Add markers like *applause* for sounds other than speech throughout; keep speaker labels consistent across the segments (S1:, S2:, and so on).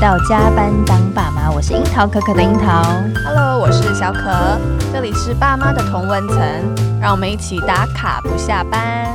S1: 到加班当爸妈，我是樱桃可可的樱桃。
S2: Hello，我是小可，这里是爸妈的同文层，让我们一起打卡不下班。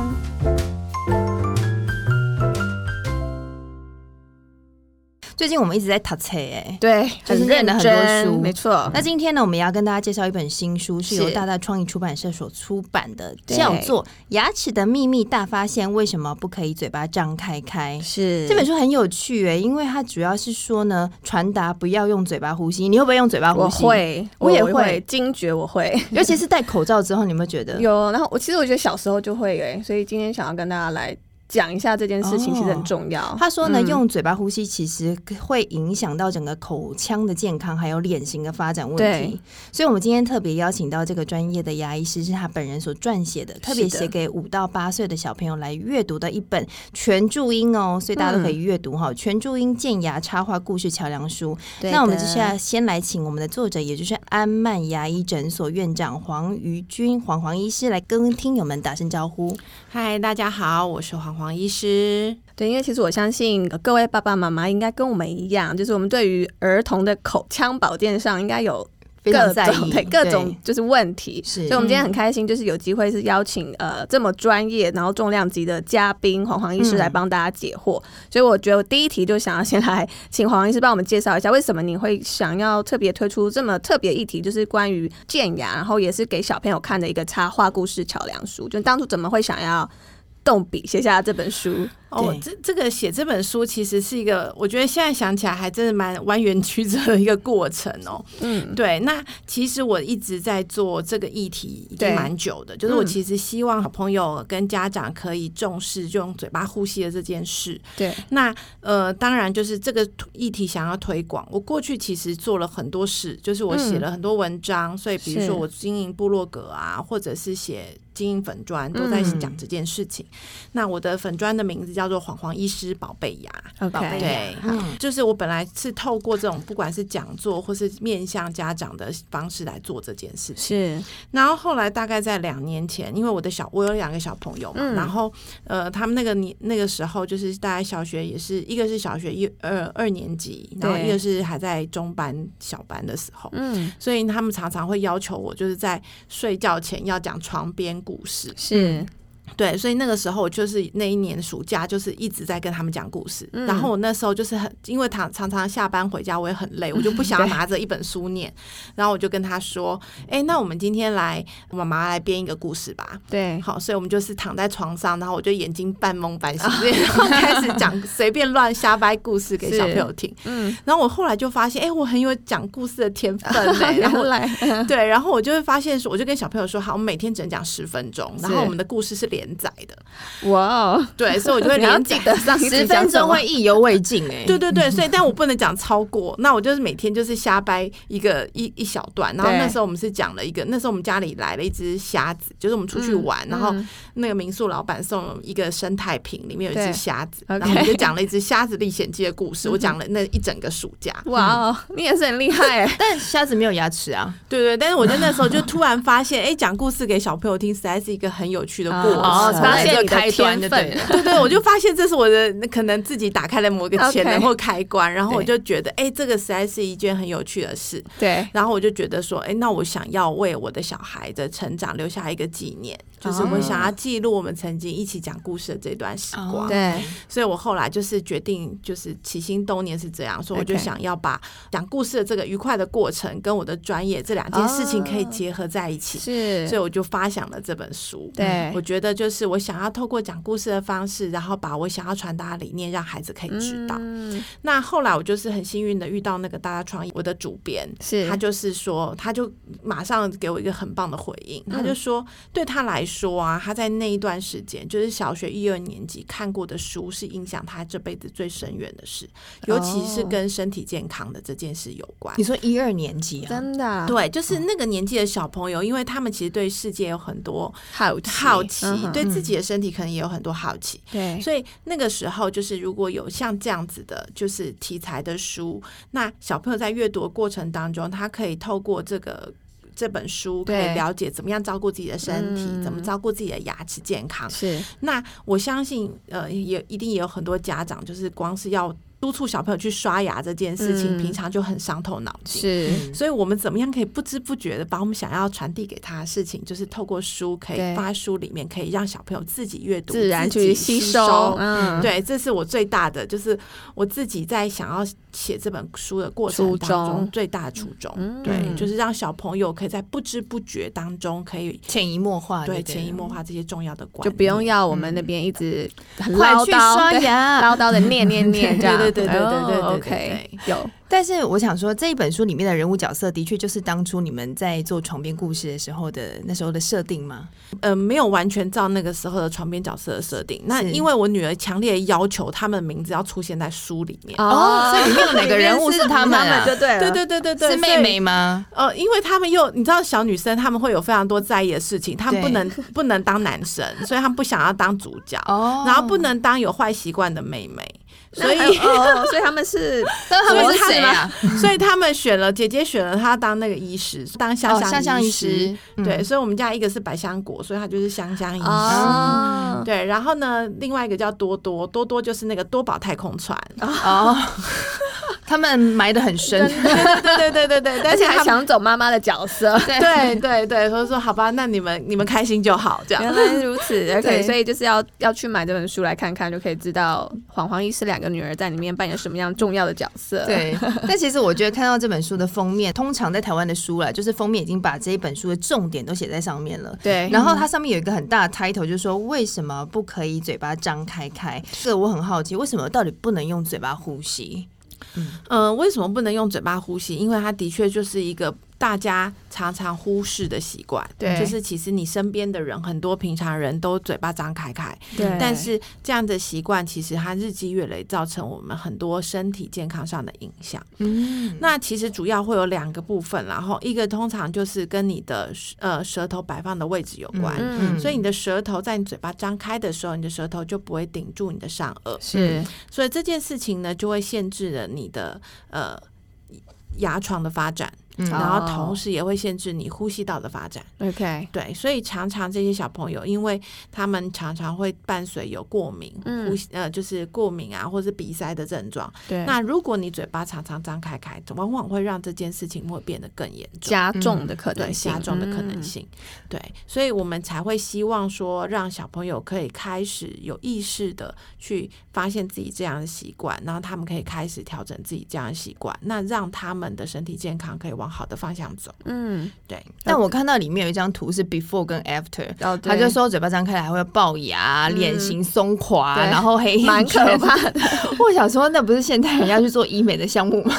S3: 最近我们一直在读册哎，
S2: 对，
S3: 就是念了很多
S2: 认真
S3: 书
S2: 没错
S3: 那。今天呢，我们也要跟大家介绍一本新书，是由
S2: 是
S3: 大大创意出版社所出版的，
S2: 对
S3: 叫做《牙齿的秘密大发现：为什么不可以嘴巴张开开》。
S2: 是
S3: 这本
S2: 书
S3: 书很有趣诶，因为它主要是说呢，传达不要用嘴巴呼吸。你会不会用嘴巴呼
S2: 我
S3: 吸？，
S2: 会，
S3: 我也会
S2: 惊觉我会。
S3: *laughs*
S2: *laughs*
S3: 尤其是戴口罩之后，你有没有觉
S1: *laughs*
S3: 得？
S4: 有，然后我其实我觉得小时候就会诶、所以今天想要跟大家来讲一下这件事情，
S3: 哦
S4: 其实很重要。
S3: 他说呢，
S2: 嗯
S3: 用嘴巴呼吸其实会影响到整个口腔的健康，还有脸型的发展问题
S2: 对。
S3: 所以，我们今天特别邀请到这个专业的牙医师，是他本人所撰写的，特别写给五到八岁的小朋友来阅读的一本全注音哦，所以
S2: 嗯
S3: 大家都可以阅读哈、全注音健牙插画故事桥梁书。那我们接下来先来请我们的作者，也就是安曼牙医诊所院长黄瑜君黄黄医师来跟听友们打声招呼。
S5: 嗨，大家好，我是黄黄医师。
S4: 对，因为其实我相信呃各位爸爸妈妈应该跟我们一样，就是我们对于儿童的口腔保健上应该有
S3: 非
S4: 各
S3: 常在
S4: 种
S3: 意
S4: 对各种
S3: *laughs*
S4: 就是问题。
S3: 是
S4: 所以我们今天很开心，就是有机会是邀请呃这么专业，然后重量级的嘉宾黄黄医师
S3: 嗯
S4: 来帮大家解惑。所以我觉得我第一题就想要先来 *laughs* 请黄医师帮我们介绍一下，为什么你会想要特别推出这么特别议题，就是关于健牙，然后也是给小朋友看的一个插画故事桥梁书。就当初怎么会想要动笔写下这本书？
S5: 哦
S3: 对，
S5: 这这个写这本书其实是一个，我觉得现在想起来还真的蛮蜿蜒曲折的一个过程哦。
S4: 嗯，
S5: *laughs* 对，那其实我一直在做这个议题，已经
S4: 对
S5: 蛮久的。就是我
S4: 嗯
S5: 其实希望好朋友跟家长可以重视就用嘴巴呼吸的这件事。
S4: 对，
S5: 那呃，当然就是这个议题想要推广。我过去其实做了很多事，就是我写了很多文章，所以比如
S4: 是
S5: 说我经营部落格啊，或者是写经营粉砖，都在
S3: 嗯
S5: 讲这件事情。那我的粉砖的名字叫做“黄黄医师宝贝牙”，
S4: OK
S5: 宝贝牙。好
S3: 嗯
S5: 就是我本来是透过这种不管是讲座或是面向家长的方式来做这件事情。
S4: 是
S5: 然后后来大概在两年前，因为我的小我有两个小朋友嘛，
S4: 嗯
S5: 然后呃，他们那个年那个时候就是大概小学也是一个是小学一二二年级，然后
S4: 对
S5: 一个是还在中班小班的时候，
S4: 嗯
S5: 所以他们常常会要求我就是在睡觉前要讲床边故事。
S4: 是
S5: 对，所以那个时候我就是那一年暑假就是一直在跟他们讲故事，
S4: 嗯
S5: 然后我那时候就是很，因为常常常下班回家我也很累，我就不
S4: *laughs*
S5: 想要拿着一本书念，然后我就跟他说，哎、那我们今天来妈妈来编一个故事吧。 *laughs*
S4: 对
S5: 好，所以我们就是躺在床上，然后我就眼睛半蒙半
S4: *laughs*
S5: 醒，然后开始讲随便乱瞎掰故事给小朋友听。
S4: 嗯，
S5: 然后我后来就发现，哎、我很有讲故事的天
S4: *laughs*
S5: 分嘞、然后
S4: 来
S5: *laughs* 对，然后我就会发现说，我就跟小朋友说，好，我们每天只能讲十分钟，然后
S4: 是
S5: 我们的故事是连载的，
S4: 哇哦，
S5: 对，所以我 *laughs* 就会
S4: 你要
S5: 连
S4: 记
S5: 载。
S4: 得上一集
S3: 十
S4: 讲
S3: 分
S4: 什
S3: 钟
S4: 么
S3: 会意犹未尽 *laughs* 哎、
S5: 对对对，所以但我不能讲超过，那我就是每天就是瞎掰一个一一小段，然后
S4: 对
S5: 那时候我们是讲了一个，那时候我们家里来了一只虾子，就是我们出去
S4: 嗯
S5: 玩，然后
S4: 嗯
S5: 那个民宿老板送了一个生态瓶，里面有一
S4: 对
S5: 只虾子，
S4: OK
S5: 然后我们就讲了一只虾子历险记的故 *laughs* 事，我讲了那一整个暑假，
S4: 哇哦，你也是很厉害哎，
S3: 但虾子没有牙齿啊，
S5: 对对，但是我在那时候就突然发现，哎，讲故事给小朋友听实在是一个很有趣的过程。
S3: 哦从
S4: 发
S3: 来
S4: 现
S3: 就
S4: 你的
S3: 开端就
S4: 天
S3: 对
S4: 分
S3: 了，
S5: 对对，我就发现这是我的可能自己打开了某个潜
S4: OK
S5: 能或开关，然后我
S3: 对
S5: 就觉得，哎、这个实在是一件很有趣的事。
S4: 对，
S5: 然后我就觉得说，哎、那我想要为我的小孩的成长留下一个纪念，就是我想要记录我们曾经一起讲故事的这段时光。
S3: 哦
S4: 对，
S5: 所以我后来就是决定，就是起心动念是这样，所以我就
S4: OK
S5: 想要把讲故事的这个愉快的过程跟我的专业这两件事
S4: 哦
S5: 情可以结合在一起。
S4: 是，
S5: 所以我就发想了这本书。
S4: 对
S5: 我觉得就是我想要透过讲故事的方式，然后把我想要传达的理念让孩子可以知道。
S4: 嗯
S5: 那后来我就是很幸运的遇到那个大家创意，我的主编
S4: 是
S5: 他就是说，他就马上给我一个很棒的回应，他
S4: 嗯
S5: 就说，对他来说啊，他在那一段时间，就是小学一二年级看过的书，是影响他这辈子最深远的事，尤其是
S4: 哦
S5: 跟身体健康的这件事有关。
S3: 你说一二年级啊，
S4: 真的啊
S5: 对，就是那个年纪的小朋友，因为他们其实对世界有很多
S4: 好奇
S5: 好奇，
S4: 嗯哼哎
S5: 对自己的身体可能也有很多好奇，
S4: 对，
S5: 所以那个时候就是如果有像这样子的，就是题材的书，那小朋友在阅读的过程当中，他可以透过这个。这本书可以
S4: 对
S5: 了解怎么样照顾自己的身体，
S4: 嗯
S5: 怎么照顾自己的牙齿健康。
S4: 是
S5: 那我相信，呃，也一定也有很多家长，就是光是要督促小朋友去刷牙这件事
S4: 嗯
S5: 情，平常就很伤透脑筋。
S4: 是
S3: 嗯
S5: 所以我们怎么样可以不知不觉的把我们想要传递给他的事情，就是透过书，可以
S4: 对
S5: 放在书里面，可以让小朋友自己阅读，
S4: 自然
S5: 自己
S4: 去
S5: 吸
S4: 吸收，嗯，
S5: 对，这是我最大的，就是我自己在想要写这本书的过程
S4: 初
S5: 当中
S4: 衷
S5: 最大的初衷。
S4: 嗯
S5: 对，就是让小朋友可以在不知不觉当中，可以
S3: 潜移默化，
S5: 对
S3: 不
S5: 潜移默化这些重要的观
S4: 就
S5: 念，
S4: 不用要我们那边一直很
S3: 快
S4: 唠
S3: 去刷
S4: 叨，对
S3: 牙，
S4: *laughs* 唠叨的念念念这样，
S5: 对对对对对对对
S4: 哦
S5: 对
S4: ，OK，
S5: 对
S4: 有
S3: *laughs* 但是我想说，这一本书里面的人物角色，的确就是当初你们在做床边故事的时候的那时候的设定吗？
S5: 呃，没有完全照那个时候的床边角色的设定。那
S3: 是
S5: 因为我女儿强烈要求他们名字要出现在书里面。
S3: 哦所以里面有哪个人物
S4: 哦
S3: 是他们啊
S4: 就对
S5: 对
S4: 了，
S5: 对对对对，
S3: 是妹
S5: 所以
S3: 妹吗？
S5: 呃，因为他们又你知道，小女生他们会有非常多在意的事情，他们
S3: 对
S5: 不能 *laughs* 不能当男生，所以他们不想要当主角，
S3: 哦
S5: 然后不，能当有坏习惯的妹妹，所以
S4: 那哦，哦所以他们是 *laughs*
S1: 但
S3: 他们
S1: 们
S3: 是谁啊？
S5: *laughs* 所以他们选了姐姐选了她当那个医师，当香
S3: 哦
S5: 香
S3: 香香医
S5: 师
S3: 师，嗯
S5: 对，所以我们家一个是百香果，所以她就是香香医师。
S4: 哦，
S5: 对，然后呢，另外一个叫多多，多多就是那个多宝太空船，
S3: 哦， *laughs* 他们埋得很深，
S5: 对对对对对，
S4: 而
S5: 但是
S4: 且还
S5: 他们
S4: 抢走妈妈的角色，
S3: *laughs*
S5: 对对对，所以说好吧，那你们你们开心就好，这样
S4: 原来如 *laughs* 此，OK，
S3: 对
S4: 所以就是要要去买这本书来看看，就可以知道黄黄医师两个女儿在里面扮演什么样重要的角色。，
S3: *laughs* 对，但其实我觉得看到这本书的封面，通常在台湾的书啦，就是封面已经把这一本书的重点都写在上面了。
S4: *laughs* 对
S3: 然后它上面有一个很大的 title，就是说为什么不可以嘴巴张开开？这个我很好奇，为什么到底不能用嘴巴呼吸？
S5: 嗯，为什么不能用嘴巴呼吸？因为它的确就是一个大家常常忽视的习惯。
S4: 对
S5: 就是其实你身边的人，很多平常人都嘴巴张开开，
S4: 对
S5: 但是这样的习惯，其实它日积月累，造成我们很多身体健康上的影响。
S3: 嗯，
S5: 那其实主要会有两个部分啦，然后一个通常就是跟你的呃舌头摆放的位置有关。
S4: 嗯
S5: 所以你的舌头在你嘴巴张开的时候，你的舌头就不会顶住你的上颚，
S4: 是
S5: 所以这件事情呢，就会限制了你的呃牙床的发展，
S3: 嗯
S5: 然后同
S4: 哦
S5: 时也会限制你呼吸道的发展。
S4: OK，
S5: 对，所以常常这些小朋友，因为他们常常会伴随有过敏、
S4: 嗯
S5: 呼吸呃就是过敏啊，或是鼻塞的症状。
S4: 对，
S5: 那如果你嘴巴常常张开开，往往会让这件事情会变得更严重。
S4: 加重的可
S5: 对
S4: 能性，
S5: 加重的可能
S4: 嗯。
S5: 性。对，所以我们才会希望说，让小朋友可以开始有意识的去发现自己这样的习惯，然后他们可以开始调整自己这样的习惯，那让他们的身体健康可以往好的方向走。
S4: 嗯，
S5: 对，
S3: 但我看到里面有一张图是 before 跟 after，
S4: 哦，
S3: 他
S4: 对
S3: 就说嘴巴张开来还会龅牙、脸型松垮，
S4: 对
S3: 然后黑眼
S4: 蛮
S3: 圈
S4: 可。怕的，
S3: *laughs* 我想说，那不是现代人要去做医美的项目吗？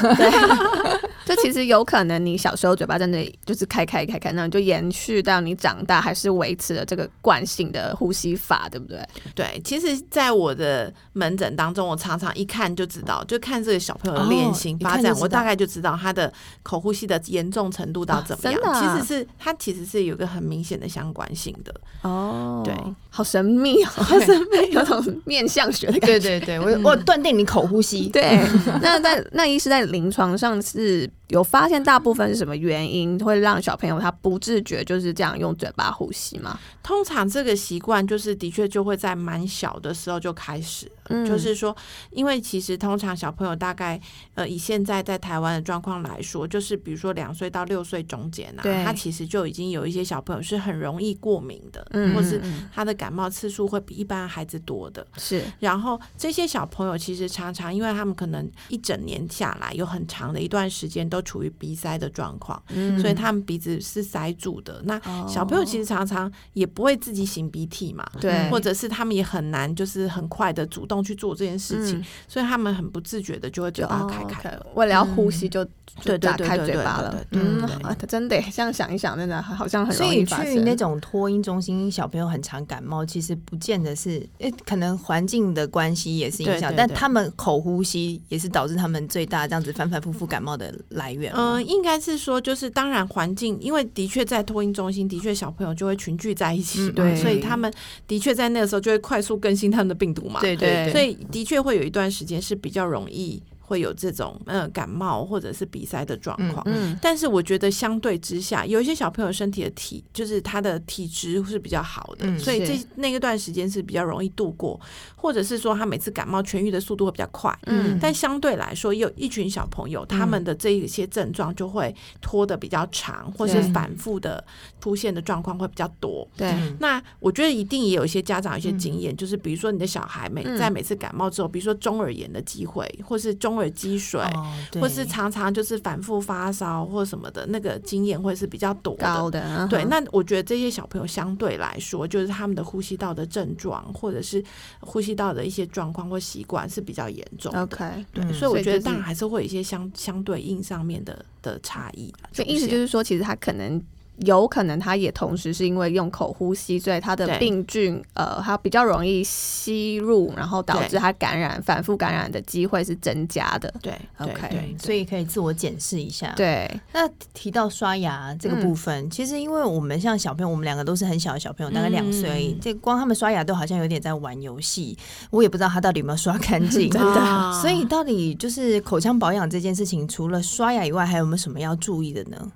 S4: 就其实有可能你小时候嘴巴真的就是开开开开，那你就延续到你长大，还是维持了这个惯性的呼吸法，对不对？
S5: 对，其实，在我的门诊当中，我常常一看就知道，就看这个小朋友的
S3: 哦
S5: 脸型
S3: 一
S5: 发
S3: 看就
S5: 展，
S3: 知
S5: 我大
S3: 道
S5: 概就知道他的口呼吸的严重程度到
S4: 哦
S5: 怎么
S4: 真
S5: 样。
S4: 的啊
S5: 其实是它其实是有一个很明显的相关性的。
S4: 哦
S5: 对，
S4: 好神秘哦，好神秘，有种面相学的感觉。
S3: 对对 *laughs* 对，我我断定你口呼吸。
S4: 对，
S5: *laughs*
S4: 那在那医师在临床上是有发现大部分是什么原因会让小朋友他不自觉就是这样用嘴巴呼吸吗？
S5: 通常这个习惯就是的确就会在蛮小的时候就开始了，
S4: 嗯
S5: 就是说，因为其实通常小朋友大概呃以现在在台湾的状况来说，就是比如说两岁到六岁中间啊
S4: 对，
S5: 他其实就已经有一些小朋友是很容易过敏的，
S4: 嗯
S5: 或是
S4: 嗯嗯
S5: 他的感冒次数会比一般孩子多的。
S4: 是
S5: 然后这些小朋友其实常常，因为他们可能一整年下来有很长的一段时间都处于鼻塞的状况，
S4: 嗯
S5: 所以他们鼻子是塞住的。那小朋友其实常常也不会自己擤鼻涕嘛，
S4: 哦对
S5: 或者是他们也很难就是很快的主动去做这件事情，
S4: 嗯
S5: 所以他们很不自觉的就会嘴巴开开。
S4: 哦，OK，为了要呼吸就就
S5: 嗯对对
S4: 打
S5: 对
S4: 开
S5: 对
S4: 嘴
S5: 对
S4: 巴
S5: 对
S4: 了。
S5: 对
S4: 嗯
S5: 对对，
S4: 啊真的耶这样想一想，真的好像很
S3: 所
S4: 容
S3: 以
S4: 易发
S3: 去
S4: 生
S3: 那。种托婴中心，小朋友很常感冒，其实不见得是，诶、可能环境的关系也是影响，
S5: 对对
S3: 但
S5: 对
S3: 他们口呼吸也是导致他们最大这样子反反复复感冒的来源
S5: 嗯、
S3: 吗。
S5: 应该是说，就是当然环境，因为的确在托婴中心，的确小朋友就会群聚在一起
S3: 嗯
S5: 嘛，
S4: 对
S5: 所以他们的确在那个时候就会快速更新他们的病毒嘛，
S3: 对对
S4: 对
S5: 所以的确会有一段时间是比较容易会有这种呃感冒或者是鼻塞的状况。
S4: 嗯
S5: 但是我觉得相对之下，有一些小朋友身体的体就是他的体质是比较好的，
S3: 嗯
S5: 所以这
S4: 是
S5: 那个段时间是比较容易度过，或者是说他每次感冒痊愈的速度会比较快。
S4: 嗯
S5: 但相对来说，也有一群小朋友，他们的这一些症状就会拖得比较长，或是
S4: 对
S5: 反复的出现的状况会比较多。
S4: 对
S3: 嗯
S5: 那我觉得一定也有一些家长有一些经验，就是比如说你的小孩每
S4: 嗯
S5: 在每次感冒之后，比如说中耳炎的机会，或是中耳积水，
S3: 哦对
S5: 或是常常就是反复发烧或什么的，那个经验会是比较多
S4: 高
S5: 的。
S4: 的嗯哼
S5: 对，那我觉得这些小朋友相对来说，就是他们的呼吸道的症状，或者是呼吸道的一些状况或习惯是比较严重的。
S4: OK。
S5: 对，
S3: 嗯
S5: 所以我
S4: 哦所以
S5: 觉得
S4: 就是
S5: 当然还是会有一些相相对应上面的的差异啊啦。
S4: 所以
S5: 出
S4: 意思就
S5: 现
S4: 是说，其实他可能有可能他也同时是因为用口呼吸，所以他的
S5: 对
S4: 病菌呃，它比较容易吸入，然后导致
S5: 对
S4: 他感染、反复感染的机会是增加的。
S5: 对对
S4: OK
S5: 对
S3: 所以可以自我检视一
S5: 嗯
S3: 下。
S4: 对，
S3: 那提到刷牙这个部分，其实因为我们像小朋友，我们两个都是很小的小朋友，大概两岁而已。这光他们刷牙都好像有点在玩游戏，我也不知道他到底有没有刷干
S5: *laughs*
S3: 净。真
S5: 的
S4: *laughs*
S3: 所以到底就是口腔保养这件事情，除了刷牙以外，还有没有什么要注意的呢？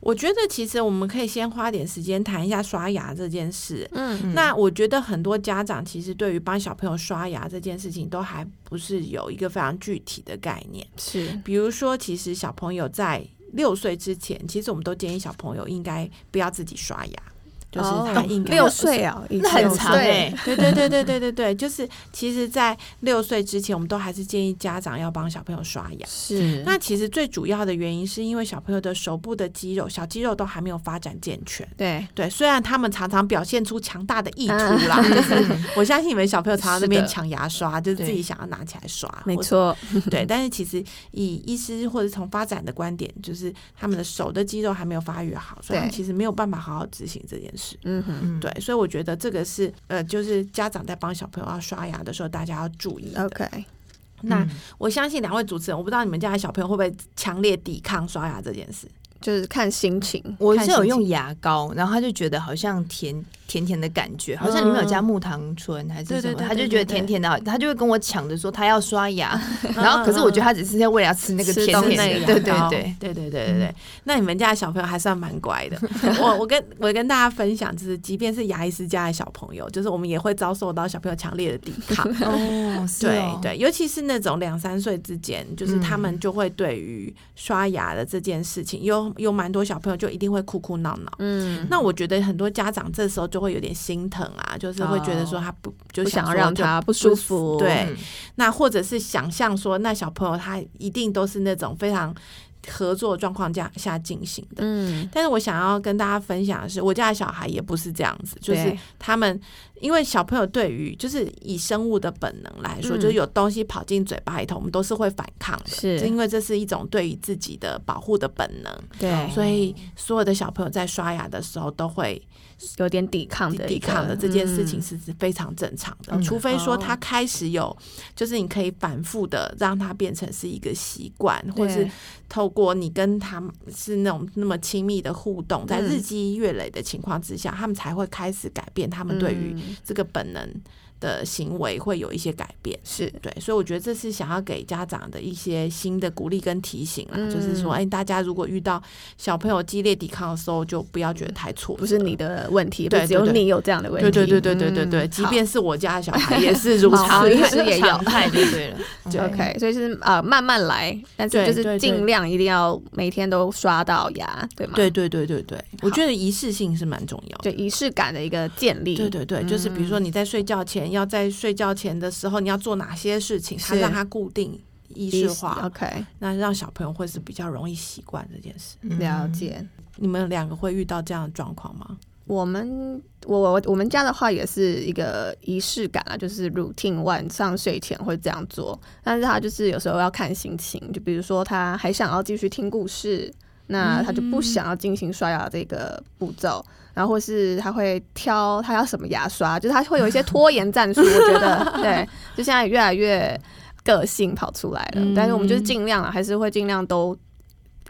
S5: 我觉得其实我们可以先花点时间谈一下刷牙这件事。
S4: 嗯，
S5: 那我觉得很多家长其实对于帮小朋友刷牙这件事情，都还不是有一个非常具体的概念。
S4: 是
S5: 比如说，其实小朋友在六岁之前，其实我们都建议小朋友应该不要自己刷牙，就是他哦应该、
S4: 六岁啊，已经
S3: 那很
S4: 有
S3: 长
S4: 对
S3: 哎、
S5: 对对对对对对对，就是其实，在六岁之前，我们都还是建议家长要帮小朋友刷牙。
S4: 是
S5: 那其实最主要的原因是因为小朋友的手部的肌肉、小肌肉都还没有发展健全。
S4: 对
S5: 对，虽然他们常常表现出强大的意图
S4: *laughs*
S5: 啦，就是我相信你们小朋友常常在那
S4: 嗯是
S5: 边
S4: 的
S5: 抢牙刷，就是自
S3: 对
S5: 己想要拿起来刷，
S4: 没
S5: 或
S4: 错，
S5: 对，但是其实以医师或者从发展的观点，就是他们的手的肌肉还没有发育好，所以他们
S4: 对
S5: 其实没有办法好好执行这件事。
S4: 嗯哼
S3: 嗯，
S5: 对，所以我觉得这个是呃，就是家长在帮小朋友要刷牙的时候，大家要注意的。
S4: ，OK，
S5: 那我相信两位主持人，我不知道你们家的小朋友会不会强烈抵抗刷牙这件事。
S4: 就是看心情，
S3: 我
S5: 看
S3: 是有
S5: 心
S3: 用牙膏，然后他就觉得好像甜甜甜的感觉，好像里面有加木糖醇还是
S5: 对
S3: 什
S5: 对
S3: 么，
S5: 对
S3: 他就
S5: 对
S3: 觉得
S5: 对对
S3: 甜甜的，他就会跟我抢着说他要刷牙，然后可是我觉得他只是在为了要吃那个
S4: 吃
S3: 甜
S4: 东西
S3: 甜的，对对对，
S4: 哦
S5: 对对对对对。那你们家的小朋友还算蛮乖的。我我跟我跟大家分享，就是即便是牙医师家的小朋友，就是我们也会遭受到小朋友强烈的抵
S4: *laughs*
S5: 抗。
S3: 哦，是
S5: 对
S3: 哦，
S5: 对，尤其是那种两三岁之间，就是他
S4: 嗯
S5: 们就会对于刷牙的这件事情，有有蛮多小朋友就一定会哭哭闹闹。
S4: 嗯，
S5: 那我觉得很多家长这时候就会有点心疼啊，就是会觉得说他不、就
S4: 哦不想要
S5: 说
S4: 让
S5: 就
S4: 他不舒服，
S5: 对
S3: 嗯
S5: 那或者是想象说，那小朋友他一定都是那种非常合作状况下下进行的。
S4: 嗯，
S5: 但是我想要跟大家分享的是，我家的小孩也不是这样子，就是
S4: 对
S5: 他们因为小朋友对于就是以生物的本能来说，
S4: 嗯
S5: 就是有东西跑进嘴巴里头，我们都是会反抗的，
S4: 是
S5: 就因为这是一种对于自己的保护的本能，
S4: 对，
S5: 所以所有的小朋友在刷牙的时候都会
S4: 有点抵抗的一
S5: 抵
S4: 个
S5: 抗的这件事情
S4: 嗯
S5: 是是非常正常的，
S3: 嗯
S5: 除非说
S4: 哦
S5: 他开始有，就是你可以反复的让它变成是一个习惯，或是
S4: 嗯对
S5: 透过你跟他是那种那么亲密的互动，在
S4: 嗯
S5: 日积月累的情况之下，他们才会开始改变他们对于
S4: 嗯
S5: 这个本能的行为会有一些改变。
S4: 是
S5: 对，所以我觉得这是想要给家长的一些新的鼓励跟提醒啦，就是说，
S4: 嗯
S5: 哎，大家如果遇到小朋友激烈抵抗的时候，就不要觉得太挫折，
S4: 嗯不是你的问题，不
S5: 对
S4: 是只有
S5: 对对
S4: 你有这样的问
S5: 对
S4: 题。
S5: 对对对对对对，
S4: 嗯
S5: 即
S4: 好
S5: 便是我家的小孩也是如
S4: 好
S5: 此。 *laughs*
S4: 意思也有
S3: 常态就对了，
S5: 对
S4: OK，所以是呃慢慢来，但是
S5: 对
S4: 就
S5: 对
S4: 是
S5: 对
S4: 尽量一定要每天都刷到牙，对吗？
S5: 对对对对对，我觉得仪式性是蛮重要的。嗯
S4: 对，仪式感的一个建立。
S5: 对对对，就是比如说你在睡觉前，要在睡觉前的时候，你要做哪些事情，它
S4: 是
S5: 让它固定仪
S4: 仪
S5: 式
S4: 式
S5: 化，
S4: OK，
S5: 那让小朋友会是比较容易习惯这件事。
S3: 嗯
S4: 了解。
S5: 你们两个会遇到这样的状况吗？ *laughs*
S4: 我们我我我们家的话也是一个仪式感啊，就是 routine 晚上睡前会这样做，但是他就是有时候要看心情，就比如说他还想要继续听故事，那他就不想要进行刷牙这个步骤。然后或是他会挑他要什么牙刷，就是他会有一些拖延战术，我觉得对，就现在越来越个性跑出来了。
S5: 嗯
S4: 但是我们就是尽量啊，还是会尽量都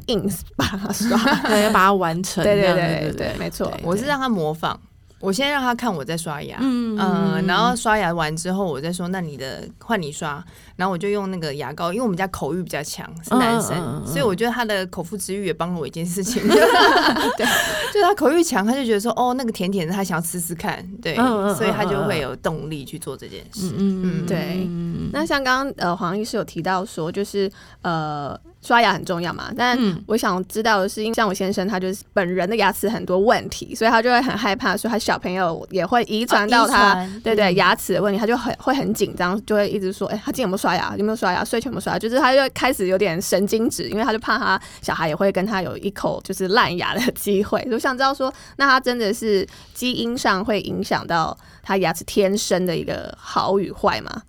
S4: 硬把它刷。
S5: *laughs* 对，要把它完成。
S4: 对
S5: 这
S4: 对
S5: 样
S4: 对
S5: 对
S4: 对，没错，
S3: 哎
S5: 对
S3: 我是让他模仿，我先让他看我在刷牙，
S5: 嗯
S3: 嗯、然后刷牙完之后，我再说那你的换你刷，然后我就用那个牙膏，因为我们家口欲比较强，是男生，
S5: 嗯嗯嗯嗯
S3: 所以我觉得他的口腹之欲也帮了我一件事 *laughs* 情，对，就他口欲强，他就觉得说哦那个甜甜的，他想要吃吃看，对，
S5: 嗯嗯嗯
S3: 所以他就
S5: 嗯嗯
S3: 会有动力去做这件事，
S5: 嗯
S3: 嗯
S4: 对
S5: 嗯
S4: 那像刚刚呃黄医师有提到说，就是呃刷牙很重要嘛，但
S5: 嗯
S4: 我想知道的是，因为像我先生他就是本人的牙齿很多问题，所以他就会很害怕，说他小朋友也会遗传
S3: 哦
S4: 到他，
S1: 啊遗传
S4: 对对
S1: 嗯
S4: 牙齿的问题，他就很会很紧张，就会一直说，哎、他今天有没有刷牙？有没有刷牙？睡前有没有刷牙？就是他就开始有点神经质，因为他就怕他小孩也会跟他有一口就是烂牙的机会。就想知道说，那他真的是基因上会影响到他牙齿天生的一个好与坏吗？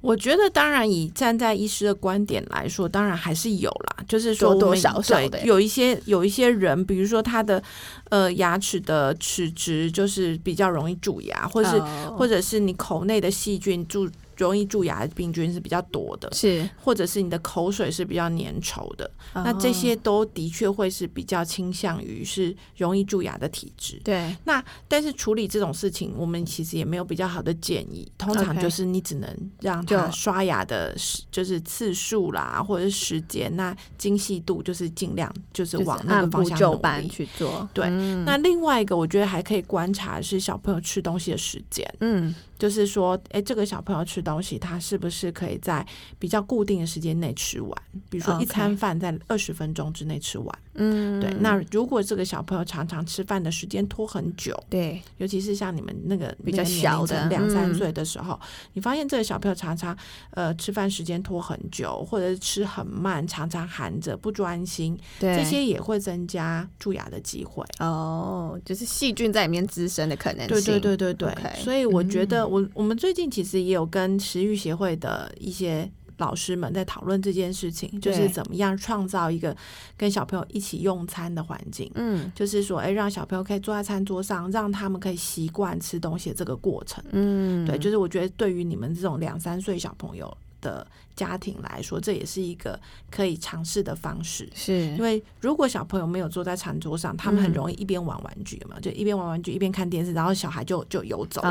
S5: 我觉得，当然以站在医师的观点来说，当然还是有啦，就是说
S4: 多多
S5: 我们
S4: 少少
S5: 对
S4: 的
S5: 有一些有一些人，比如说他的呃牙齿的齿质就是比较容易蛀牙，或是、
S4: 哦
S5: 或者是你口内的细菌蛀容易蛀牙的病菌是比较多的，
S4: 是
S5: 或者是你的口水是比较粘稠的，
S4: 哦
S5: 那这些都的确会是比较倾向于是容易蛀牙的体质。
S4: 对
S5: 那但是处理这种事情，我们其实也没有比较好的建议，通常
S4: OK
S5: 就是你只能让
S4: 就
S5: 他刷牙的时，就是次数啦，或者是时间，那精细度就是尽量就是
S4: 就是
S5: 往那个
S4: 按
S5: 方
S4: 部
S5: 向
S4: 就
S5: 努
S4: 班
S5: 力
S4: 去做。
S5: 对
S4: 嗯
S5: 那另外一个，我觉得还可以观察是小朋友吃东西的时间，
S4: 嗯
S5: 就是说，诶，这个小朋友吃东西，他是不是可以在比较固定的时间内吃完？比如说一
S4: OK
S5: 餐饭在二十分钟之内吃完。
S4: 嗯，
S5: 对，那如果这个小朋友常常吃饭的时间拖很久，
S4: 对
S5: 尤其是像你们那个
S4: 比较小的
S5: 两三
S4: 嗯
S5: 岁的时候，你发现这个小朋友常常呃吃饭时间拖很久，或者是吃很慢，常常含着不专心，
S4: 对
S5: 这些也会增加蛀牙的机会。
S4: 哦，就是细菌在里面滋生的可能性。
S5: 对对对对对
S4: OK 嗯
S5: 所以我觉得我我们最近其实也有跟食育协会的一些老师们在讨论这件事情，就是
S4: 对
S5: 怎么样创造一个跟小朋友一起用餐的环境。
S4: 嗯
S5: 就是说，哎、让小朋友可以坐在餐桌上，让他们可以习惯吃东西的这个过程。
S4: 嗯，
S5: 对，就是我觉得对于你们这种两三岁小朋友的家庭来说，这也是一个可以尝试的方式。
S4: 是
S5: 因为如果小朋友没有坐在餐桌上，他们很
S4: 嗯
S5: 容易一边玩玩具嘛，就一边玩玩具一边看电视，然后小孩就就游走了，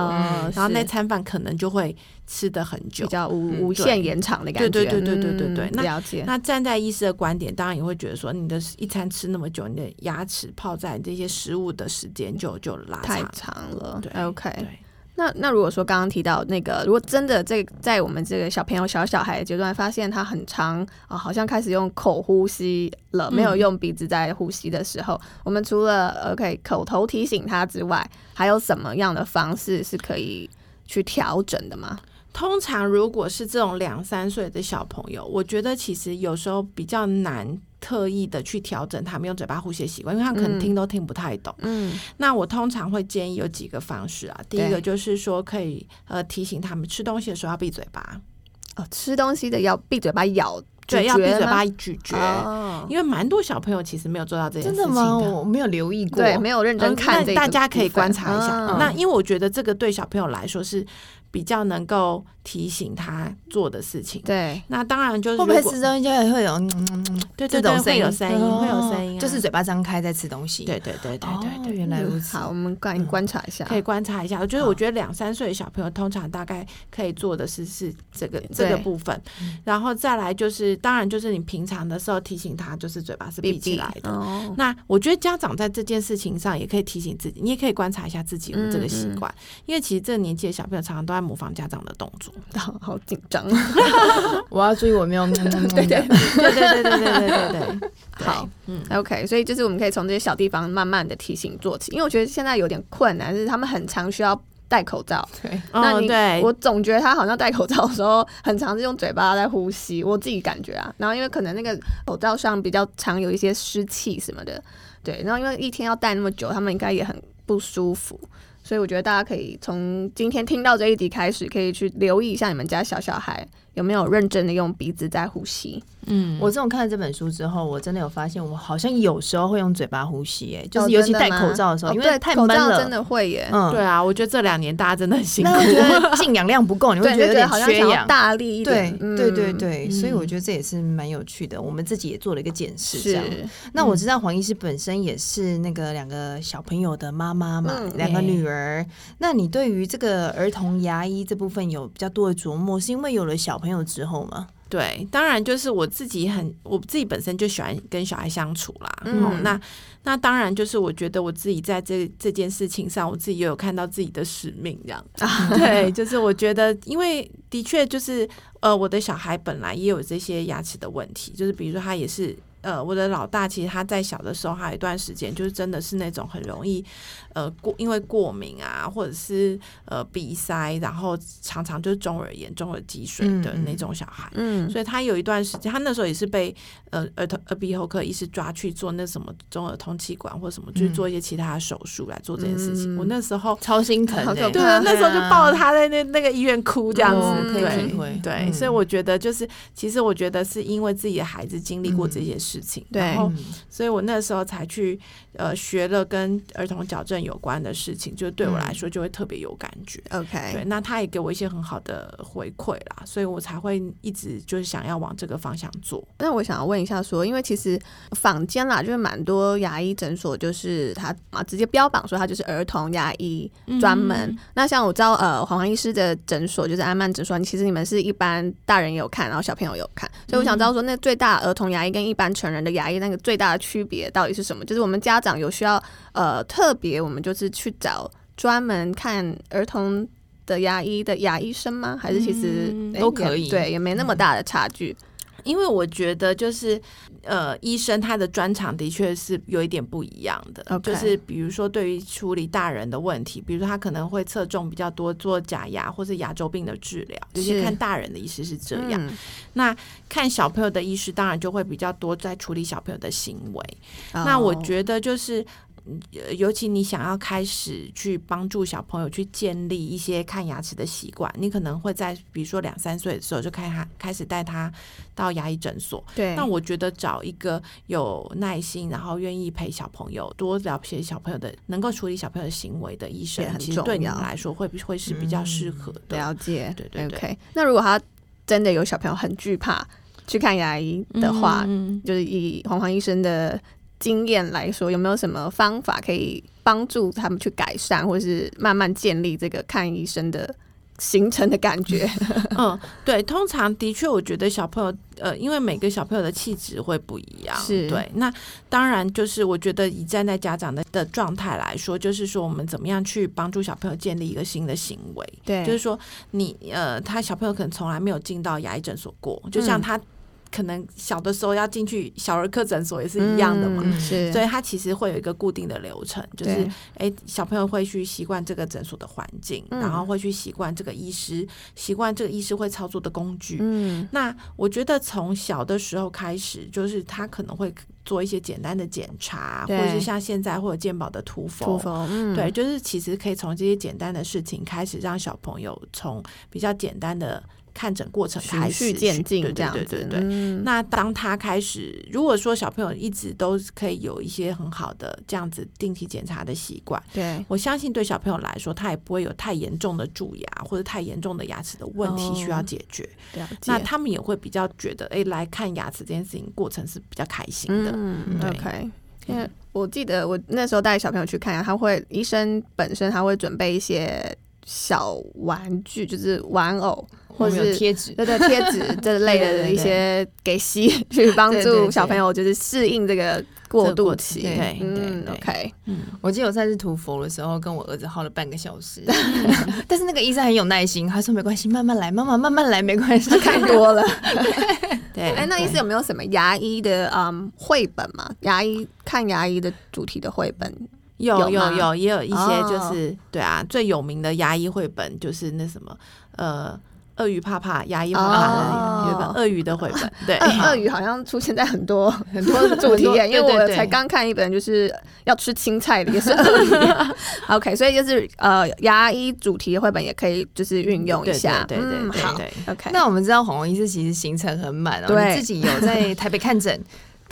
S4: 哦，
S5: 然后那
S4: 是
S5: 餐饭可能就会吃的很久嗯
S4: 比。较无无
S5: 对
S4: 限延长的感
S5: 对
S4: 觉。
S5: 对对对对对对
S4: 嗯
S5: 那
S4: 了解。
S5: 那站在医师的观点，当然也会觉得说，你的一餐吃那么久，你的牙齿泡在这些食物的时间就就拉
S4: 太
S5: 长。
S4: 长了
S5: 对
S4: ，OK。
S5: 对，
S4: 那那如果说刚刚提到那个，如果真的这个在我们这个小朋友小小孩的阶段，发现他很长啊，好像开始用口呼吸了，没
S5: 嗯
S4: 有用鼻子在呼吸的时候，我们除了 OK 口头提醒他之外，还有什么样的方式是可以去调整的吗？
S5: 通常如果是这种两三岁的小朋友，我觉得其实有时候比较难特意的去调整他们用嘴巴呼吸的习惯，因为他可能
S4: 嗯
S5: 听都听不太懂。
S4: 嗯，
S5: 那我通常会建议有几个方式啊，第一个就是说可以呃提醒他们吃东西的时候要闭嘴巴，
S4: 哦，吃东西的要闭嘴巴咬，
S5: 对，
S4: 咀
S5: 要闭
S4: 嚼
S5: 嘴
S4: 吗
S5: 巴咀嚼。
S4: 哦，
S5: 因为蛮多小朋友其实没有做到这
S3: 真
S5: 件事情
S3: 的吗？我没有留意过，
S4: 对，没有认真
S5: 嗯
S4: 看这
S5: 那
S4: 个部分、
S5: 大家可以观察一下。
S4: 嗯
S5: 那因为我觉得这个对小朋友来说是比较能够提醒他做的事情。
S4: 对，
S5: 那当然就是
S3: 会不会
S5: 如果
S3: 吃东西就会有嗯嗯嗯嗯
S5: 对
S3: 这
S5: 对对
S3: 种声
S5: 会
S3: 音？哦
S5: 有声音，会有声音啊，
S3: 就是嘴巴张开在吃东西。
S5: 对对对对对
S3: 哦
S5: 对。
S3: 原来如
S4: 嗯
S3: 此。
S4: 好，
S3: *laughs*
S4: 我们观观察一下，
S5: 可以观察一下，我觉得
S3: 好
S5: 我觉得两三岁的小朋友通常大概可以做的是是这个这个部分，
S3: 嗯
S5: 然后再来就是，当然就是你平常的时候提醒他，就是嘴巴是闭起来的。
S3: 嗯
S4: 哦，
S5: 那我觉得家长在这件事情上也可以提醒自己，你也可以观察一下自己有没有这个
S3: 嗯
S5: 习惯，因为其实这个年纪的小朋友常常都在模仿家长的动作。 *laughs*
S4: 好 *laughs* 好紧张。 *laughs*
S3: 我要注意我没有嗯嗯嗯
S4: 对对
S3: 的
S5: 对对对对对对对，
S4: 好，
S5: 嗯
S4: 嗯，OK，所以就是我们可以从这些小地方慢慢的提醒做起，因为我觉得现在有点困难，就是他们很常需要戴口罩。
S3: *laughs* 对，
S4: 那
S5: 嗯
S4: 你、
S5: 对，
S4: 我总觉得他好像戴口罩的时候，很常是用嘴巴在呼吸，我自己感觉啊。然后因为可能那个口罩上比较常有一些湿气什么的，对。然后因为一天要戴那么久，他们应该也很不舒服。所以我觉得大家可以从今天听到这一集开始，可以去留意一下你们家小小孩有没有认真的用鼻子在呼吸。
S2: 嗯，
S3: 我自从看了这本书之后，我真的有发现，我好像有时候会用嘴巴呼吸、哎，就是尤其戴口罩的时候，
S4: 哦
S3: 因
S4: 对
S3: 为太
S4: 口
S3: 闷
S4: 罩
S3: 了，
S4: 真的会耶。
S3: 嗯，
S5: 对啊，我觉得这两年大家真的很辛苦
S3: 那。会觉得进氧量不够，你会
S4: 对，
S3: 觉得有
S4: 就觉得
S3: 点
S4: 好像
S3: 缺
S4: 想
S3: 氧
S4: 要。大力一
S3: 对
S4: 点，嗯
S3: 对对，对，所以我
S2: 嗯
S3: 觉得这也是蛮有趣的。我们自己也做了一个检视，这
S4: 嗯是
S3: 样。那嗯我知道黄医师本身也是那个两个小朋友的妈妈嘛，
S4: 嗯
S3: 两个
S5: 对
S3: 女儿。那你对于这个儿童牙医这部分有比较多的琢磨，是因为有了小朋友之后吗？
S5: 对，当然就是我自己很，我自己本身就喜欢跟小孩相处啦。
S4: 嗯
S5: 哦，那那当然就是我觉得我自己在这这件事情上，我自己也有看到自己的使命这样。
S3: 啊
S5: 对，就是我觉得，因为的确就是呃，我的小孩本来也有这些牙齿的问题，就是比如说他也是。呃，我的老大其实他在小的时候，还有一段时间就是真的是那种很容易，呃，过因为过敏啊，或者是呃鼻塞，然后常常就是中耳炎、中耳积水的
S3: 嗯嗯
S5: 那种小孩。
S4: 嗯，
S5: 所以他有一段时间，他那时候也是被呃儿童耳鼻喉科医师抓去做那什么中耳通气管或什么，就是
S3: 嗯
S5: 做一些其他的手术来做这件事情。
S4: 嗯
S5: 我那时候
S3: 超心疼、
S4: 好
S3: 欸，
S4: 可
S5: 对
S4: 怕
S5: 啊，那时候就抱着
S3: 他哦
S5: 他在那那个医院哭这样子，
S4: 嗯
S3: 可以体
S5: 对。
S3: 会。
S5: 对，
S3: 嗯
S5: 所以我觉得就是，其实我觉得是因为自己的孩子经历过这些事情，
S4: 对
S5: 然后
S3: 嗯
S5: 所以我那时候才去呃学了跟儿童矫正有关的事情，就对我
S3: 嗯
S5: 来说就会特别有感觉。对，
S4: OK，
S5: 那他也给我一些很好的回馈啦，所以我才会一直就是想要往这个方向做。
S4: 那我想要问一下说，因为其实坊间啦，就是蛮多牙医诊所，就是他啊直接标榜说他就是儿童牙医
S3: 嗯
S4: 专门。那像我知道，呃，黄黄医师的诊所就是安曼诊所，其实你们是一般大人也有看，然后小朋友也有看，所以我想
S3: 嗯
S4: 知道说，那最大儿童牙医跟一般成人的牙医那个最大的区别到底是什么？就是我们家长有需要，呃，特别我们就是去找专门看儿童。的牙医的牙医生吗？还是其实、
S5: 嗯
S4: 诶
S3: 都可以嗯
S4: 也对，也没那么大的差距。
S5: 因为我觉得就是，呃，医生他的专长的确是有一点不一样的
S4: OK
S5: 就是比如说对于处理大人的问题，比如说他可能会侧重比较多做假牙或是牙周病的治疗，有些
S4: 是
S5: 看大人的医师是这样，
S4: 嗯
S5: 那看小朋友的医师当然就会比较多在处理小朋友的行为。那我
S4: 哦
S5: 觉得就是。呃尤其你想要开始去帮助小朋友去建立一些看牙齿的习惯，你可能会在比如说两三岁的时候就开他开始带他到牙医诊所。
S4: 对，
S5: 那我觉得找一个有耐心，然后愿意陪小朋友多了解小朋友的，能够处理小朋友的行为的医生
S4: 也，很
S5: 其实对你
S4: 重要嗯
S5: 们来说会会是比较适合的。
S4: 了解，
S5: 对对对
S4: OK，那如果他真的有小朋友很惧怕去看牙医的话，
S5: 嗯
S4: 就是以黄黄医生的经验来说，有没有什么方法可以帮助他们去改善，或是慢慢建立这个看医生的形成的感
S5: *laughs*
S4: 觉？ *laughs*
S5: 嗯，对，通常的确，我觉得小朋友，呃，因为每个小朋友的气质会不一样，
S4: 是
S5: 对。那当然，就是我觉得以站在家长的的状态来说，就是说我们怎么样去帮助小朋友建立一个新的行为，
S4: 对
S5: 就是说你呃，他小朋友可能从来没有进到牙医诊所过，就像
S4: 嗯
S5: 他可能小的时候要进去小儿科诊所也是一样的嘛。
S4: 嗯是，
S5: 所以他其实会有一个固定的流程，就是
S4: 对
S5: 哎、小朋友会去习惯这个诊所的环境，
S4: 嗯
S5: 然后会去习惯这个医师，习惯这个医师会操作的工具。
S4: 嗯
S5: 那我觉得从小的时候开始，就是他可能会做一些简单的检查，或
S4: 对
S5: 者是像现在会有健保的涂氟。
S4: 涂氟，嗯
S5: 对，就是其实可以从这些简单的事情开始，让小朋友从比较简单的看诊过程开
S4: 循
S5: 始
S4: 序渐进这
S5: 对对
S4: 样子，
S5: 对对对。
S4: 嗯
S5: 那当他开始，如果说小朋友一直都可以有一些很好的这样子定期检查的习惯，
S4: 对。
S5: 我相信对小朋友来说，他也不会有太严重的蛀牙或者太严重的牙齿的问题
S4: 哦
S5: 需要解决。
S4: 了
S5: 那
S4: 解
S5: 他们也会比较觉得，哎、来看牙齿这件事情过程是比较开心的。
S4: 嗯
S5: 对
S4: ，OK。因为我记得我那时候带小朋友去看牙，他会医生本身他会准备一些小玩具，就是玩偶或
S3: 我们有
S4: 是
S3: 贴纸，
S4: *laughs* 对对贴纸这类
S3: 对对
S4: 的
S3: 对
S4: 一些给吸， *laughs* 去帮
S3: 对对
S4: 助
S3: 对
S4: 小朋友就是适应这个过渡期。
S5: 对对
S4: 嗯
S5: 对
S4: ，OK，
S5: 嗯，
S3: 我记得我上次涂佛的时候，跟我儿子耗了半个小时， *laughs* 但是那个医生很有耐心，他说没关系，慢慢来，妈妈慢慢来，没关
S4: *laughs*
S3: 系。
S4: 看多了。
S5: 对。
S4: 哎，那意思有没有什么牙医的嗯绘本嘛？牙医看牙医的主题的绘本，
S5: 有
S4: 有吗
S5: 有有，也有一些就
S4: 哦
S5: 是、对啊，最有名的牙医绘本就是那什么呃。鳄鱼怕怕、牙医怕怕
S4: 哦
S5: 的有一本鳄鱼的绘
S4: *laughs*
S5: 本，对，
S4: 鳄鳄鱼好像出现在很多
S5: *laughs*
S4: 很多主题耶，因为
S5: 对
S4: 我
S5: 对
S4: 才刚看一本，就是要吃青菜的，也是
S5: *laughs*
S4: 鳄鱼。OK，所以就是呃，牙医主题绘本也可以就是运用一
S5: 对
S4: 下。
S5: 对对对
S4: 嗯
S5: 对
S4: 好
S5: 对
S4: ，OK。
S3: 那我们知道红红医师其实行程很满哦，
S4: 对
S3: 你自己有在台北看诊。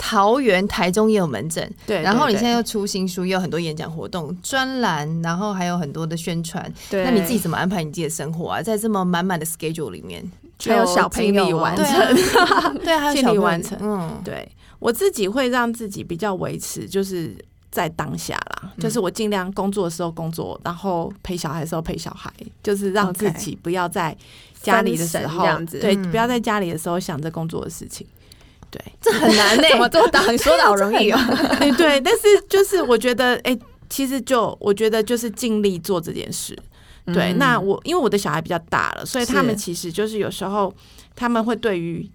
S3: 桃园、台中也有门诊，
S5: 对
S3: 然后你
S5: 对
S3: 现在又出新书，也有很多演讲活动、专栏，然后还有很多的宣传。
S4: 对
S3: 那你自己怎么安排你自己的生活啊？在这么满满的 schedule 里面，
S5: 就
S4: 还有小朋友
S5: 尽力
S4: 哦
S5: 完
S3: 对
S5: 成，
S3: 啊，对
S5: *laughs*
S3: 啊，还有
S5: 尽
S3: 小
S5: 力
S3: 朋友
S5: 完成
S3: 嗯，
S5: 对我自己会让自己比较维持，就是在当下
S4: 嗯
S5: 啦，就是我尽量工作的时候工作，然后陪小孩的时候陪小孩，就是让自
S4: OK
S5: 己不要在家里的时
S4: 分神
S5: 候
S4: 这样子
S5: 对，
S3: 嗯
S5: 不要在家里的时候想着工作的
S4: *laughs*
S5: 事情。对，
S4: 这很难 *laughs* 呢、怎么做到？你说的好容易哦。
S5: 对对，但是就是我觉得，哎、其实就我觉得就是尽力做这件事。 *laughs* 对，
S4: 嗯
S5: 那我因为我的小孩比较大了，所以他
S3: 是
S5: 们其实就是有时候他们会对于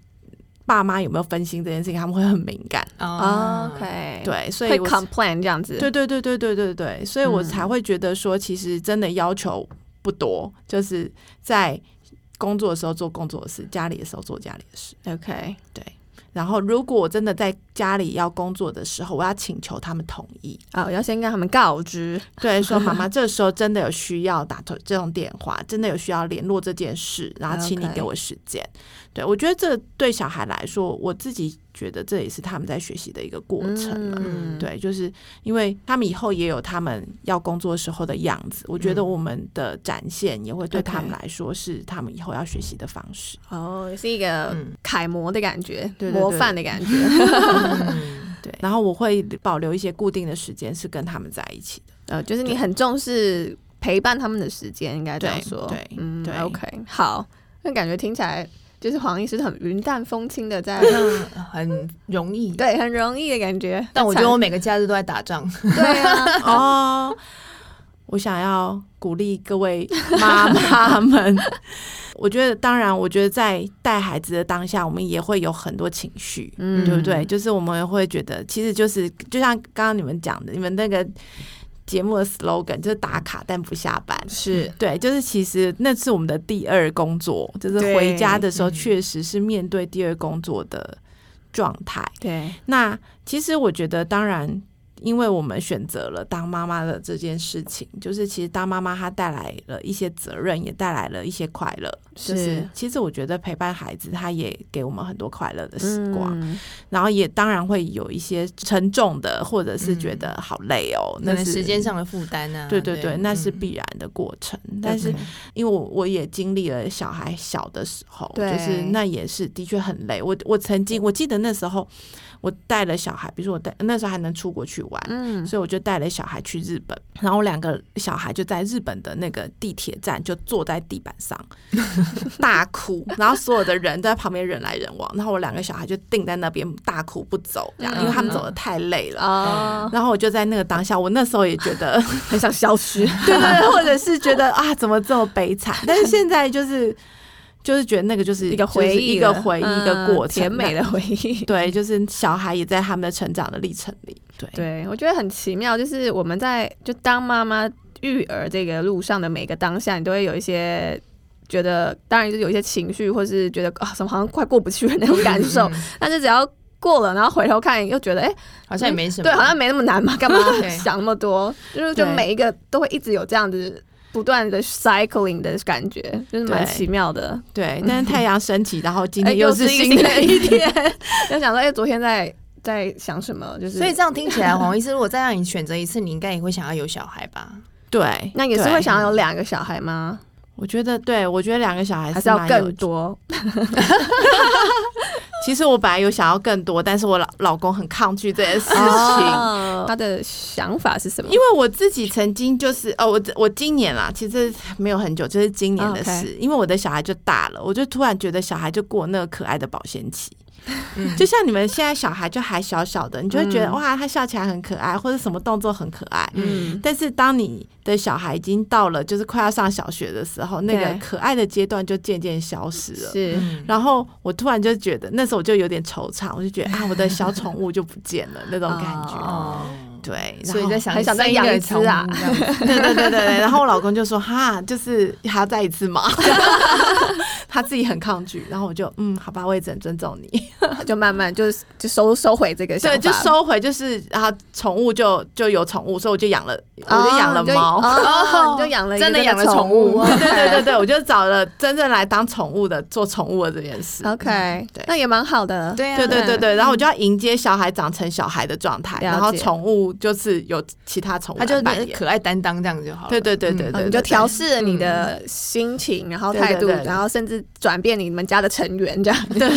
S5: 爸妈有没有分心这件事情，他们会很敏感。
S3: 啊
S4: 哦 OK，，
S5: 嗯对，所以
S4: 哎会
S5: 我
S4: complain 这样子。
S5: 对对对对对对对，所以我
S3: 嗯
S5: 才会觉得说，其实真的要求不多，就是在工作的时候做工作的事，家里的时候做家里的事。
S4: ，OK，
S5: 然后，如果我真的在家里要工作的时候，我要请求他们同意，
S4: 哦，要先跟他们告知。
S5: 对，说
S4: *laughs*
S5: 妈妈，这时候真的有需要打通这种电话，真的有需要联络这件事，然后请你
S4: OK
S5: 给我时间。对我觉得这对小孩来说，我自己觉得这也是他们在学习的一个过程啊了。
S4: 嗯，
S5: 对，就是因为他们以后也有他们要工作时候的样子，我觉得我们的展现也会
S4: 嗯
S5: 对
S4: OK
S5: 他们来说是他们以后要学习的方式。
S4: 哦，是一个
S3: 嗯，
S4: 楷模的感觉，
S5: 对对对
S4: 模范的感觉。
S5: 对，
S4: 嗯
S5: 然后我会保留一些固定的时间是跟他们在一起
S4: *laughs*
S5: 的。
S4: 呃，就是你很重视陪伴他们的时间，应该这样
S5: 对
S4: 说。
S5: 对
S4: 嗯
S5: 对
S4: ，OK，好，那感觉听起来就是黄医师很云淡风轻的 *laughs* 在
S3: 那很容易。
S4: 对，很容易的感觉。
S3: 但我觉得我每个假日都在打仗，
S4: 对 *laughs* 啊，
S5: 哦，我想要鼓励各位妈妈们。 *laughs* 我觉得，当然，我觉得在带孩子的当下，我们也会有很多情绪，
S4: 嗯
S5: 对不对？就是我们会觉得，其实就是就像刚刚你们讲的，你们那个节目的 slogan 就是打卡但不下班，
S4: 是
S5: 对，就是其实那是我们的第二工作，就是
S4: 对
S5: 回家的时候
S3: 嗯
S5: 确实是面对第二工作的状态。
S4: 对，
S5: 那其实我觉得，当然，因为我们选择了当妈妈的这件事情，就是其实当妈妈她带来了一些责任，也带来了一些快乐。就是其实我觉得陪伴孩子，他也给我们很多快乐的时光。
S4: 嗯
S5: 然后也当然会有一些沉重的，或者是觉得好累哦，
S3: 嗯可
S5: 那
S3: 能
S5: 是
S3: 时间。上的负担啊。
S5: 对对对，那是
S3: 嗯
S5: 必然的过程。但是因为我我也经历了小孩小的时候，
S4: 对
S5: 就是那也是的确很累。我我曾经我记得那时候我带了小孩，比如说我带那时候还能出国去玩。
S4: 嗯，
S5: 所以我就带了小孩去日本，然后我两个小孩就在日本的那个地铁站就坐在地板上 *laughs* 大哭，然后所有的人都在旁边人来人往，然后我两个小孩就定在那边大哭不走，这样，因为他们
S4: 嗯
S5: 走的太累了。
S4: 哦，
S5: 然后我就在那个当下，我那时候也觉
S4: *laughs*
S5: 得
S4: 很想消失。
S5: 对对，或者是觉得啊，怎么这么悲惨？但是现在就是就是觉得那个就是
S4: 一个回忆
S5: 就是一
S4: 了，
S5: 个回忆，
S4: 嗯
S5: 一个过程，
S4: 甜美的。回忆。
S5: 对，就是小孩也在他们的成长的历程里，对
S4: 对，我觉得很奇妙，就是我们在就当妈妈育儿这个路上的每个当下，你都会有一些。觉得当然就是有一些情绪，或是觉得啊什么好像快过不去的那种
S5: 嗯
S4: 感受，但是只要过了，然后回头看又觉得哎、
S3: 好像也没什么。
S4: 对，好像没那么难嘛，干嘛
S3: 对
S4: 想那么多？就是就
S5: 对
S4: 每一个都会一直有这样子不断的 cycling 的感觉，就是蛮
S5: 对
S4: 奇妙的。 *laughs*
S5: 对。但是太阳升起，然后今
S4: 哎
S5: 天
S4: 又是
S5: 是新
S4: 新
S5: 的
S4: 的
S5: 一
S4: 一
S5: 天，
S4: *laughs* 就想说哎、昨天在在想什么？就是
S3: 所以这样听起来，黄医师，如果再让你选择一次，你应该也会想要有小孩吧？
S5: *laughs* 对，
S4: *laughs* 那也是
S5: 对
S4: 会。想要有两个小孩吗？
S5: 我觉得，对我觉得两个小孩
S4: 还是要
S5: 蛮有
S4: 更。多？
S5: 其实我本来有想要更多，但是我老老公很抗拒这件事情。
S4: 哦他的想法是什么？
S5: *laughs* 因为我自己曾经就是哦，我我今年啦，其实没有很久，就是今年的事。
S4: 哦，OK
S5: 因为我的小孩就大了，我就突然觉得小孩就过那个可爱的保
S4: *laughs*
S5: 鲜期。就像你们现在小孩就还小小的，你就会觉得、
S4: 嗯
S5: 哇，他笑起来很可爱，或者什么动作很可爱。
S4: 嗯，
S5: 但是当你的小孩已经到了就是快要上小学的时候，那个
S4: 对
S5: 可爱的阶段就渐渐消失了。
S4: 是
S3: 嗯，
S5: 然后我突然就觉得，那时候我就有点惆怅，我就觉得啊，我的小宠物就不见了那种感觉。
S4: 哦
S3: 哦，
S5: 对，然
S4: 所以
S5: 后
S4: 在想
S5: 还
S4: 想再养一只啊
S1: 三叶虫
S5: *laughs* 对对对对对，然后我老公就说哈，就是还要再一次 *laughs* 嘛，他自己很抗拒，然后我就嗯，好吧，我也只能尊重你，
S4: *laughs* 就慢慢就是就收收回这个想
S5: 对，
S4: 法，
S5: 就收回，就是啊，宠物就就有宠物，所以我就养了，我就养了猫。
S4: 哦， *laughs* 你就养了一个
S3: 真的养了宠
S4: 宠
S3: 物
S5: *laughs* 对对对对，我就找了真正来当宠物的做宠物的这件事。
S4: OK，
S5: 对
S4: 那也蛮好的。
S3: *laughs* 对啊，
S5: 对对对对，然后我就要迎接小孩长成小孩的状态，
S4: 了解
S5: 然后宠物就是有其他宠物
S3: 他就
S5: 来扮演。
S3: 可爱担当这样就好了。
S5: 对对对
S3: 嗯
S5: 对
S4: 哦
S5: 对，
S4: 你就
S5: 对
S4: 调试了你的心情，然后
S5: 对
S4: 态度，
S5: 对对
S4: 然后甚至转变你们家的成员，这样
S5: 对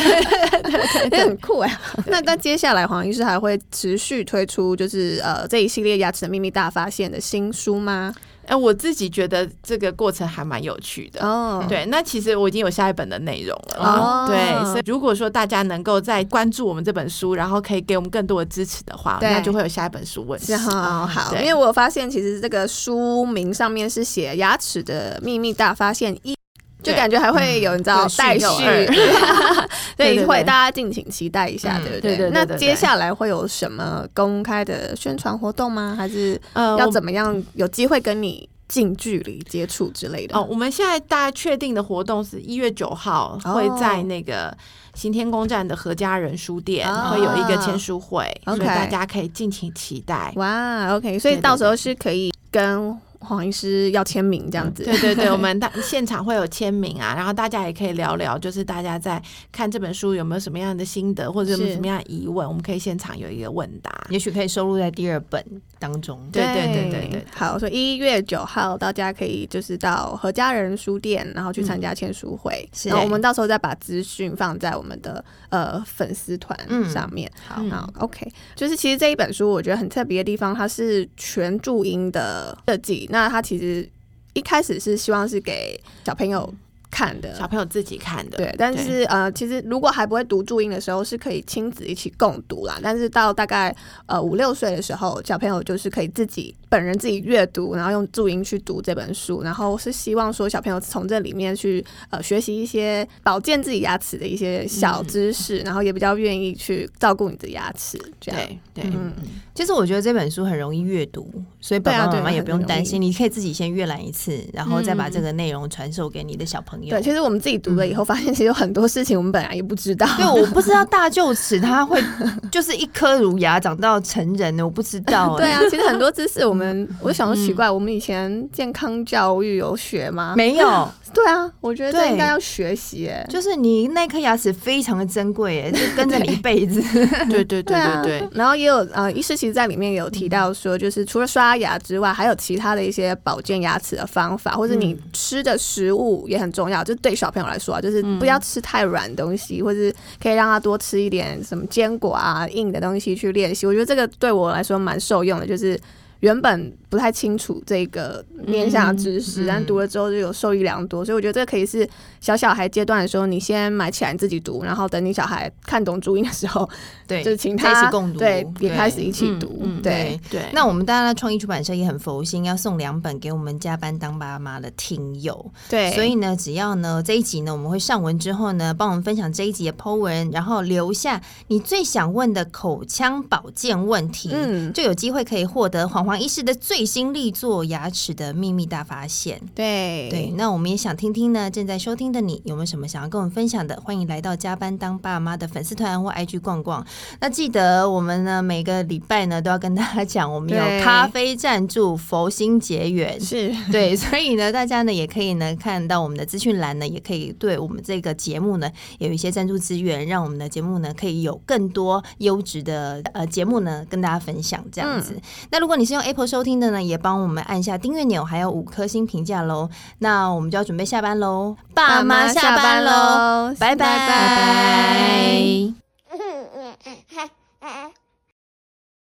S4: *laughs* 也很酷哎。那那接下来黄医师还会持续推出就是呃这一系列牙齿的秘密大发现的新书吗？
S5: 哎，我自己觉得这个过程还蛮有趣的。
S4: 哦，
S5: 对，那其实我已经有下一本的内容了。
S4: 哦
S5: 对，所以如果说大家能够再关注我们这本书，然后可以给我们更多的支持的话，
S4: 对
S5: 那就会有下一本书问世
S4: 是。哈，好，
S5: 哦对
S4: 因为我发现其实这个书名上面是写《牙齿的秘密大发现一》。就
S5: 对嗯
S4: 感觉还会有你知道
S5: 有序
S4: 待续 *laughs*
S5: 有 *laughs* 二，
S4: 所
S5: 对
S4: 以
S5: 对
S4: 会
S5: 对
S4: 大家敬请期待一下，
S3: 嗯
S4: 对不
S5: 对对对
S4: 那
S5: 对对
S4: 接下来会有什么公开的宣传活动吗？还是
S5: 呃
S4: 要
S5: 我
S4: 怎么样有机会跟你近距离接触之类的？
S5: 哦，我们现在大家确定的活动是一月九号
S4: 哦
S5: 会在那个新天宫站的合家人书店、
S4: 啊
S5: 会有一个签书会，所
S4: OK
S5: 以大家可以敬请期待。
S4: 哇，OK，所以
S5: 对对
S4: 到时候是可以跟黄医师要签名这样子。
S5: 对对对，我们大现场会有签名啊，然后大家也可以聊聊，就是大家在看这本书有没有什么样的心得，或者有没有
S4: 是
S5: 什么样的疑问，我们可以现场有一个问答。
S3: 也许可以收录在第二本当中。
S5: 对对对对对
S4: 好，所以一月九号大家可以就是到何家人书店，然后去
S5: 嗯
S4: 参加签书会，
S3: 是
S4: 然后我们到时候再把资讯放在我们的呃粉丝团
S5: 嗯
S4: 上面。
S3: 好
S4: 好，OK，就是其实这一本书我觉得很特别的地方，它是全注音的设计，那它其实一开始是希望是给小朋友看的，
S5: 小朋友自己看的，
S4: 对，但是呃，其实如果还不会读注音的时候，是可以亲子一起共读啦。但是到大概呃五六岁的时候，小朋友就是可以自己本人自己阅读，然后用注音去读这本书。然后是希望说小朋友从这里面去呃学习一些保健自己牙齿的一些小知识，然后也比较愿意去照顾你的牙齿。这样，
S5: 对对，
S4: 嗯，
S3: 其实我觉得这本书很容易阅读，所以爸
S4: 对啊
S3: 爸
S4: 对
S3: 妈妈也不用担
S4: 很
S3: 心，你可以自己先阅览一次，然后再
S5: 嗯
S3: 把这个内容传授给你的小朋友。
S4: 对，其实我们自己读了以后，发现其实有很多事情我们本来也不知道。
S3: *laughs* 对，我不知道大臼齿它会就是一颗乳牙长到成人的，我不知道、
S4: *laughs* 对
S3: 哎，
S4: 啊，其实很多知识我们，我想说奇怪，我们以前健康教育有学吗？
S3: 欸没有， *laughs*
S4: 对啊，我觉得这
S3: 对
S4: 应该要学习耶。
S3: 就是你那颗牙齿非常的珍贵，哎，就跟着你一辈
S4: *laughs*
S3: 子。
S5: 对对对对
S4: 啊，
S5: 对。
S4: 然后也有呃，医师其实在里面有提到说，就是除了刷牙之外，还有其他的一些保健牙齿的方法，或者你
S5: 嗯
S4: 吃的食物也很重要。就对小朋友来说啊，就是
S5: 嗯
S4: 不要吃太软的东西，或者可以让他多吃一点什么坚果啊、硬的东西去练习。我觉得这个对我来说蛮受用的，就是原本不太清楚这个面向的知识，
S3: 嗯
S4: 但读了之后就有受益良多，所以我觉得这个可以是小小孩阶段的时候，你先买起来你自己读，然后等你小孩看懂注音的时候，
S3: 对，
S4: 就是请
S3: 在
S4: 他
S3: 一起共读
S4: 对，也
S3: 对
S4: 开始一起读，
S5: 嗯嗯
S4: 对。
S5: 对，
S3: 那我们当然了创意出版社也很佛心，要送两本给我们加班当爸妈的听友。
S4: 对，
S3: 所以呢，只要呢这一集呢，我们会上文之后呢，帮我们分享这一集的 Po 文，然后留下你最想问的口腔保健问题，
S4: 嗯
S3: 就有机会可以获得黄黄医师的最新力作《牙齿的秘密大发现》。
S4: 对
S3: 对，那我们也想听听呢，正在收听的你有没有什么想要跟我们分享的？欢迎来到加班当爸妈的粉丝团或 IG 逛逛。那记得我们呢每个礼拜呢都要跟大家讲，我们
S4: 对
S3: 有咖啡赞助佛心结缘，
S4: 是
S3: *laughs* 对，所以呢大家呢也可以呢看到我们的资讯栏呢，也可以对我们这个节目呢有一些赞助资源，让我们的节目呢可以有更多优质的呃节目呢跟大家分享这样子。那如果你是用 Apple 收听的呢，也帮我们按下订阅钮，还有五颗星评价喽。那我们就要准备下班喽，爸妈下班喽，
S4: 拜
S3: 拜
S4: 拜
S3: 拜。